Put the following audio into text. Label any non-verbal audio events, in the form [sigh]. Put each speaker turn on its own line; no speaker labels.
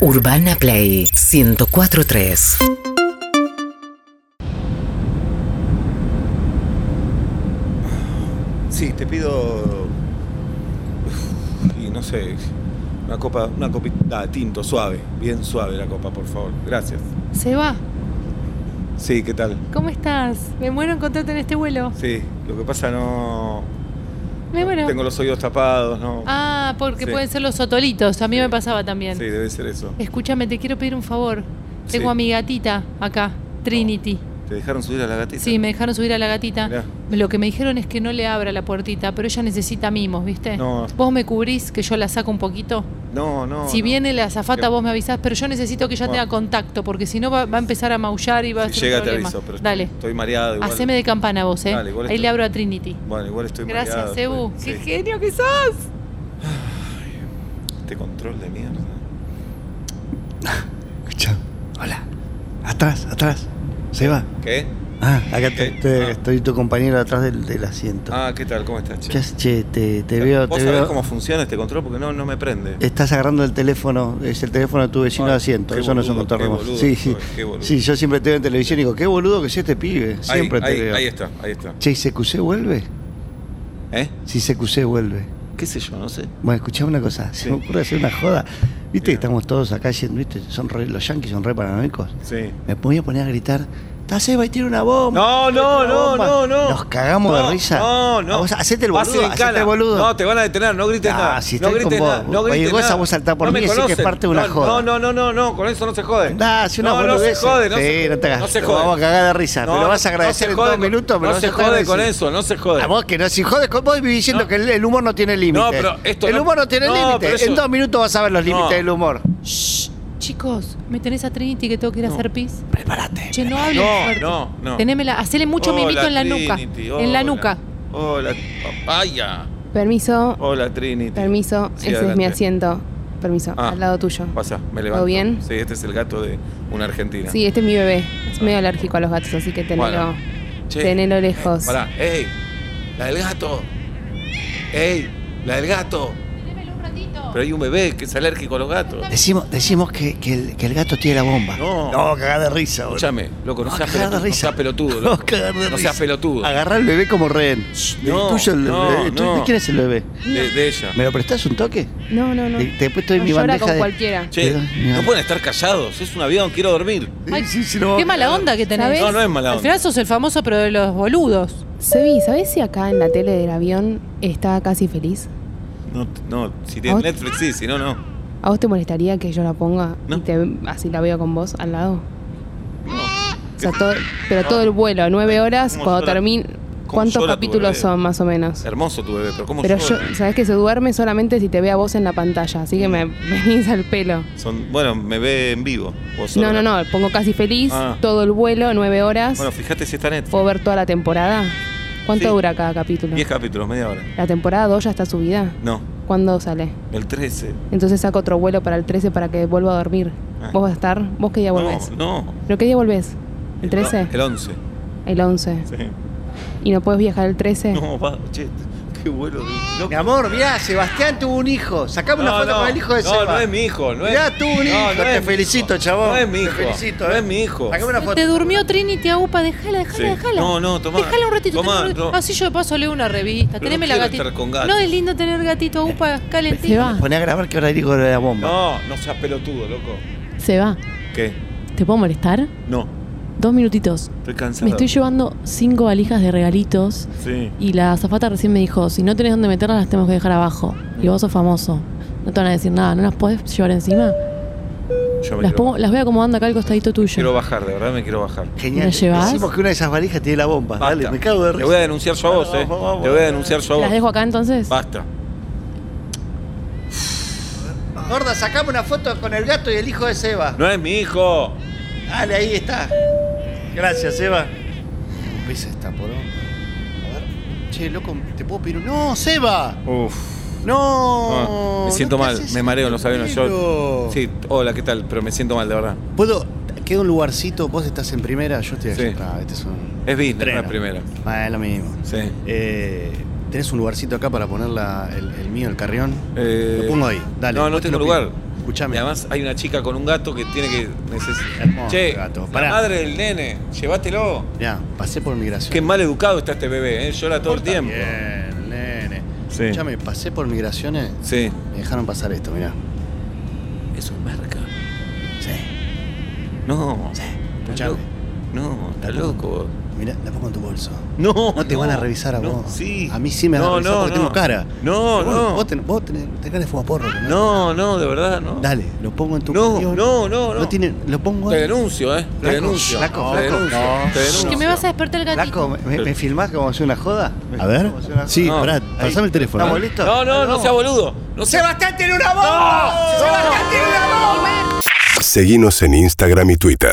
Urbana Play 1043.
Sí, te pido. Y no sé. Una copa, una copita de tinto suave, bien suave la copa, por favor. Gracias.
Seba,
Sí, ¿qué tal?
¿cómo estás? Me muero encontrarte en este vuelo.
Sí, lo que pasa no.
Me muero.
Tengo los oídos tapados, ¿no?
Ah, porque
Sí.
pueden ser los otolitos. A mí me pasaba también.
Sí, debe ser eso.
Escúchame, te quiero pedir un favor.
Sí.
Tengo a mi gatita acá, Trinity.
¿Te dejaron subir a la gatita?
Sí, me dejaron subir a la gatita.
Mirá.
Lo que me dijeron es que no le abra la puertita, pero ella necesita mimos, ¿viste?
No.
Vos me cubrís que yo la saco un poquito.
No, no.
si
no.
viene la azafata,
Que-
vos me avisás, pero yo necesito que ella
Bueno.
tenga contacto, porque si no va, va a empezar a maullar y va a
Si
ser un
llega, te
problema.
aviso, pero
Dale,
estoy, estoy mareado igual.
haceme de campana vos, ¿eh?
Dale, igual
Ahí
estoy-
le abro a Trinity.
Bueno, igual estoy
Gracias,
mareado.
Ebu.
estoy-
¡Qué
sí.
genio que sos!
Este control de mierda.
Escucha, hola. Atrás, atrás. Se va.
¿Qué?
Ah, acá te-
Ok,
te-
ah.
estoy tu compañero atrás del, del asiento.
Ah, ¿qué tal? ¿Cómo estás, che?
¿Qué haces, che? Te, te veo,
¿Vos
te
sabés
veo.
cómo funciona este control? Porque no, no me prende.
Estás agarrando el teléfono, es el teléfono de tu vecino
Ay,
de asiento.
qué
Eso no es un
boludo,
control
qué
remoto.
boludo
Sí,
que
sí.
soy, qué boludo.
Sí, yo siempre te veo en televisión y digo, qué boludo que es este pibe.
Ahí,
Siempre
ahí,
te veo.
ahí está, ahí está.
Che, ¿y CQC vuelve?
¿Eh?
Si CQC vuelve.
¿Qué sé yo? No sé.
Bueno, escuchame una cosa. Se
Sí.
me ocurre hacer una joda. Viste que
Bien.
estamos todos acá yendo, ¿viste? Son re- los yanquis son re paranoicos.
Sí.
Me voy a poner a gritar. Está Seba y tiene una bomba.
No, no,
Una
no,
bomba".
no, no.
Nos cagamos
No,
de risa.
No,
A
no.
Vos, hacete el
Vas en
boludo, hacete
cana.
el boludo.
No, te van a detener, no grites
Ah,
nada.
si
no
estoy
grites
con
nada,
vos,
no grites
cualquier cosa
nada.
vos saltás por
me
mí y decís que es
conocen.
parte de una
no,
joda.
No, no, no, no, no, con eso no se jode.
Nah, si una
no, no se
boludez. eh.
jode, no
Sí,
se-
no te hagas.
No se
Te
jode.
vamos a cagar de risa, pero vas a agradecer
no se
en dos
jode con-
minutos, pero
No
vas
se
a cagar
jode
de
con
risa.
eso, no se jode.
A vos que no, si jodes con vos vivís diciendo
No.
que el, el humor no tiene límites.
No, pero esto
El
no-
humor no tiene
no, pero
límites.
eso-
En dos minutos vas a ver los
No.
límites del humor.
Shh, chicos, me tenés a Trinity que tengo que ir a
No.
hacer pis.
Prepárate.
Che, no hables
No,
fuerte.
no, no.
Tenémela, hacele mucho
Hola,
mimito en la
Trinity,
nuca. En la
hola.
nuca.
Hola. Vaya.
Permiso,
Hola, Trinity.
permiso,
Sí,
ese es
adelante.
mi asiento. Permiso,
Ah.
al lado tuyo.
Pasa, me levanto.
bien?
Sí, este es el gato de una argentina.
Sí, este es mi bebé. Es
Ah.
medio alérgico a los gatos, así que tenelo,
Bueno, Che.
tenelo lejos.
Pará, ey, la del gato. Ey, la del gato. Pero hay un bebé que es alérgico a los gatos.
Decimos, decimos que, que el, que el gato tiene la bomba.
No.
No, cagá de risa, boludo.
Escúchame, loco, no
No,
seas
cagar
pelotudo. No
de risa.
seas pelotudo.
No,
loco.
cagar de
No
risa.
seas pelotudo.
Agarrá al bebé como rehén.
no,
El tuyo, el-
no,
el tuyo.
no.
¿De quién es el bebé?
De, de ella.
¿Me lo prestás un toque?
No, no, no.
Eh, Te- te he puesto en
No
mi
llora
bandeja
con
de-
cualquiera.
Che,
Pero, mira.
no pueden estar callados. Es un avión, quiero dormir.
Ay,
no.
Qué mala onda que tenés.
No, no es mala
Al
onda.
final sos el famoso, pero de los boludos.
Sebi, ¿sabes si acá en la tele del avión está casi feliz?
No, no, si tienes
¿Vos?
Netflix sí, si no, no.
¿A vos te molestaría que yo la ponga
No.
y te- así la veo con vos al lado? O sea, todo- pero todo el vuelo, nueve horas,
¿Cómo
cuando
llora?
termine.
¿Cómo
¿Cuántos
llora tu
capítulos
bebé?
son más o menos?
Hermoso tu bebé, pero ¿cómo
Pero yo,
llora?
sabes que se duerme solamente si te ve a vos en la pantalla, así que me
Mm.
[laughs] venís al pelo.
Son, bueno, me ve en vivo. vos
No,
sola.
no, no, pongo casi feliz,
Ah.
todo el vuelo, nueve horas.
Bueno, fíjate si está Netflix.
¿Puedo ver toda la temporada? ¿Cuánto
Sí.
dura cada capítulo?
10 capítulos, media hora.
La temporada 2 ya está subida.
No,
¿Cuándo sale?
el 13.
Entonces saco otro vuelo para el 13 para que vuelva a dormir.
Ah.
¿Vos vas a estar? ¿Vos qué día
No,
volvés?
no.
¿Pero qué día volvés? ¿El 13?
El 11.
El 11.
Sí.
¿Y no puedes viajar el
[laughs]
13?
No, va, che, qué vuelo. de- loco.
Mi amor, mirá, Sebastián tuvo un hijo. Sacame una
No,
foto
no,
con el hijo de
no,
Seba.
No, es mi hijo. No es-
Mirá, tuvo un
No,
hijo.
no
te
es mi
felicito,
hijo.
chabón.
No es mi
Te
hijo.
felicito,
No
eh.
es mi hijo.
Sacame una foto.
Te durmió Trinity, Aupa, déjala, déjala,
Sí.
déjala.
No, no, tomá.
Déjala un ratito.
Tomá,
tenés-
no.
Así yo de paso leo una revista.
Pero
Teneme
no
la
quiero
gatita.
estar con gatos.
No es lindo tener gatito, Aupa,
Se
calentito.
va.
Poné a grabar que ahora digo lo de la bomba.
No, no seas pelotudo, loco.
Se va.
¿Qué?
¿Te puedo molestar?
No,
Dos minutitos.
estoy cansado.
Me estoy llevando cinco valijas de regalitos
Sí.
y la azafata recién me dijo, si no tenés dónde meterlas las tenemos que dejar abajo. Y vos sos famoso. No te van a decir nada, ¿no las podés llevar encima?
Yo me
Las,
quiero,
pongo- las voy acomodando acá al costadito
quiero
tuyo.
bajar, de verdad me quiero bajar.
Genial.
¿La llevás?
Decimos que una de esas valijas tiene la bomba. Dale,
Basta.
me cago de risa.
Te voy a denunciar yo a vos, eh.
Vamos, vamos,
Te voy a denunciar yo a vos.
¿Las dejo acá entonces?
Basta.
Gorda, sacame una foto con el gato y el hijo de Seba.
No es mi hijo.
Dale, ahí está. Gracias, Seba. ¿Cómo pesa esta poronga? A ver. Che, loco, ¿te puedo pedir un...? ¡No, Seba!
Uf.
¡No!
Ah, me siento
no te
mal,
haces
me mareo en los aviones. Yo,
pedo.
sí, hola, ¿qué tal? Pero me siento mal, de verdad.
¿Puedo? Queda un lugarcito, vos estás en primera, yo estoy allá
Sí.
atrás. Este es un.
Es business,
Treno.
no es primera.
Ah, es lo mismo.
Sí.
Eh, ¿Tenés un lugarcito acá para poner la- el, el mío, el carrión?
Eh,
Lo pongo ahí, dale.
No,
Vos
no
te
tengo
lo pido.
lugar. Y
Escuchame.
además hay una chica con un gato que tiene que necesitar.
Hermoso
Che,
gato,
la
pará.
madre del nene, llévatelo.
Mirá, pasé por migración.
Qué mal educado está este bebé, ¿eh? llora todo el tiempo.
Bien, nene.
Sí.
Escuchame, pasé por migraciones.
Sí.
Me dejaron pasar esto, mirá.
Es un merca.
Sí.
No.
Sí,
Estás
escuchame.
loco. No, está loco. vos.
Mirá, la pongo en tu bolso.
No,
No te van a revisar a
no,
vos.
Sí.
A mí sí me van
No,
a revisar
no,
porque
no.
tengo cara.
No,
Vos-
no.
Vos tenés, vos tenés, tenés cara de fumaporro. ¿no?
No, no, de verdad, no.
Dale, lo pongo en tu
No,
bolsillo.
no, no, no.
tiene, lo pongo
Te denuncio, ¿eh? Te
Flaco,
denuncio.
flaco,
te
flaco.
denuncio.
No.
Te denuncio.
Que me vas a despertar el
Flaco,
gatito.
¿me, me filmás como hace una joda?
A ver.
Sí,
No.
pará,
Ahí.
pasame el teléfono.
¿Estamos
listos?
No, no, no sea boludo. No sea bastante tiene una voz. Sebastián tiene una voz.
Seguinos en Instagram y Twitter.